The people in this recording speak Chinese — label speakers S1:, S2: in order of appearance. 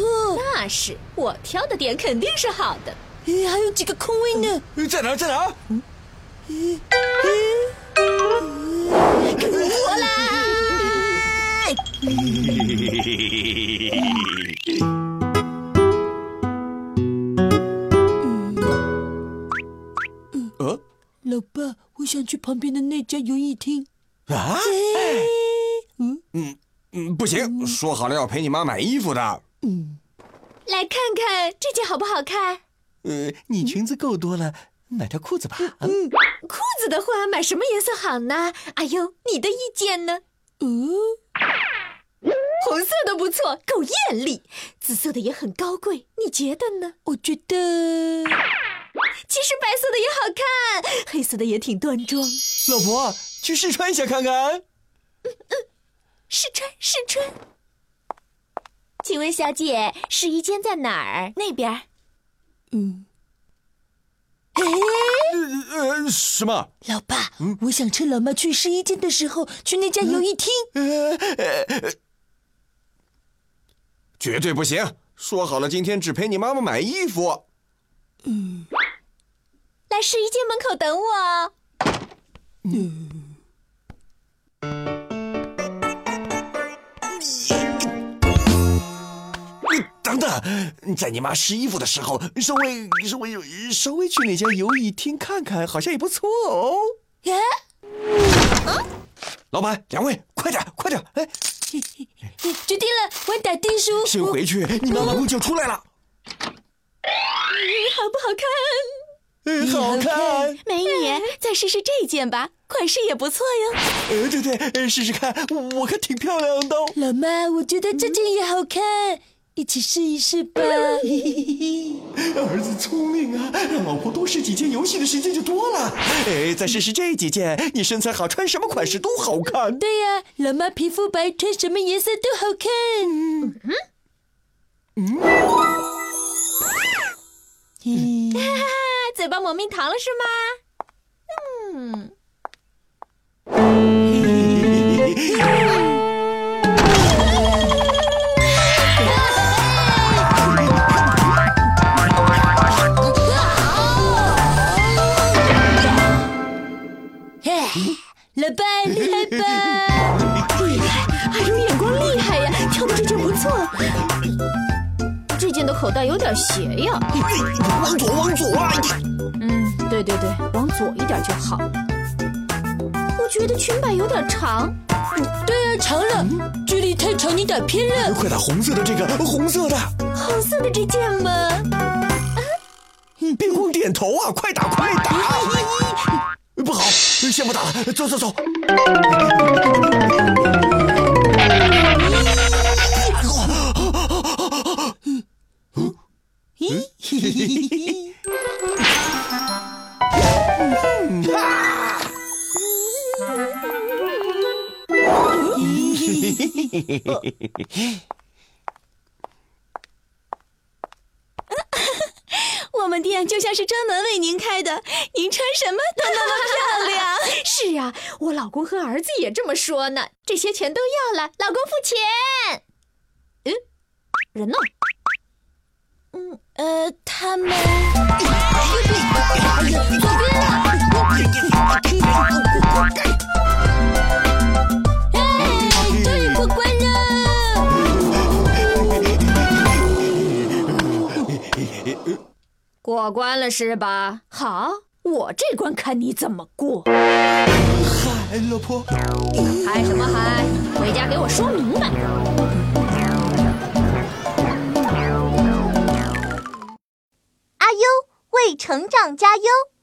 S1: 那是我挑的点肯定是好的。
S2: 咦，哎还有几个空位呢？
S3: 哎在哪儿？在哪儿？
S2: 咦，
S1: 我来，
S3: 呃
S2: 老爸，我想去旁边的那家游艺厅。
S3: 啊？
S4: 哎
S2: 嗯
S3: 嗯嗯，不行，说好了要陪你妈买衣服的。
S2: 嗯，
S1: 来看看这件好不好看？
S4: 呃，你裙子够多了，买条裤子吧。
S3: 嗯
S4: 啊
S1: 裤子的话，买什么颜色好呢？哎呦，你的意见呢？
S2: 哦，
S1: 红色的不错，够艳丽；紫色的也很高贵，你觉得呢？
S2: 我觉得
S1: 其实白色的也好看，黑色的也挺端庄。
S4: 老婆，去试穿一下看看。
S1: 试穿，试穿。请问小姐，试衣间在哪儿？那边儿。
S2: 嗯，
S3: 呃，什么？
S2: 老爸，
S3: 嗯
S2: 我想趁老妈去试衣间的时候去那家游艺厅。
S3: 绝对不行！说好了今天只陪你妈妈买衣服。
S1: 来试衣间门口等我哦。
S4: 嗯等等，在你妈试衣服的时候，稍微、稍微、稍微去那家游艺厅看看，好像也不错哦。
S1: 耶，
S3: 老板，两位，快点，快点！哎，
S4: 哦
S2: 决定了，我打哦定输。
S3: 先回去，你妈
S4: 哦
S3: 妈估计要出来了。
S1: 好不好看？嗯
S4: 呃好看，
S1: 美女，再试试这件吧，款式也不错哟。
S4: 呃，对对，呃试试看，我我看挺漂亮的哦。
S2: 老妈，我觉得这件也好看，一起试一试吧。嘿嘿嘿嘿。
S4: 儿子聪明啊，让老婆多试几件，游戏的时间就多了。哎，再试试这几件，你身材好，穿什么款式都好看。
S2: 对呀、老妈皮肤白，穿什么颜色都好看。嗯嗯，
S1: 啊，嘴巴抹蜜糖了是吗？
S2: 嘿，老爸厉害吧？
S1: 哎呦，眼光厉害呀，挑的这件不错。这件的口袋有点斜呀。
S4: 哎
S3: 往左，往左啊！
S1: 嗯，对对对，往左一点就好。我觉得裙摆有点长，
S2: 对呀、长了，距离太长你打偏了。
S4: 快打红色的这个，红色的，
S1: 红色的这件吗？
S4: 嗯边框点头啊，快打，快打！哎不好，先不打了，走走走。
S1: 我们店就像是专门为您开的，您穿什么都那么漂亮。 是啊，我老公和儿子也这么说呢。这些全都要了，老公付钱。嗯，人呢？嗯，呃，他们。
S2: 哎，终于过关了。
S1: 过关了是吧？好，我这关看你怎么过。
S4: 哎，老婆，
S1: 嗨什么嗨？回家给我说明白。
S5: 阿优为成长加油！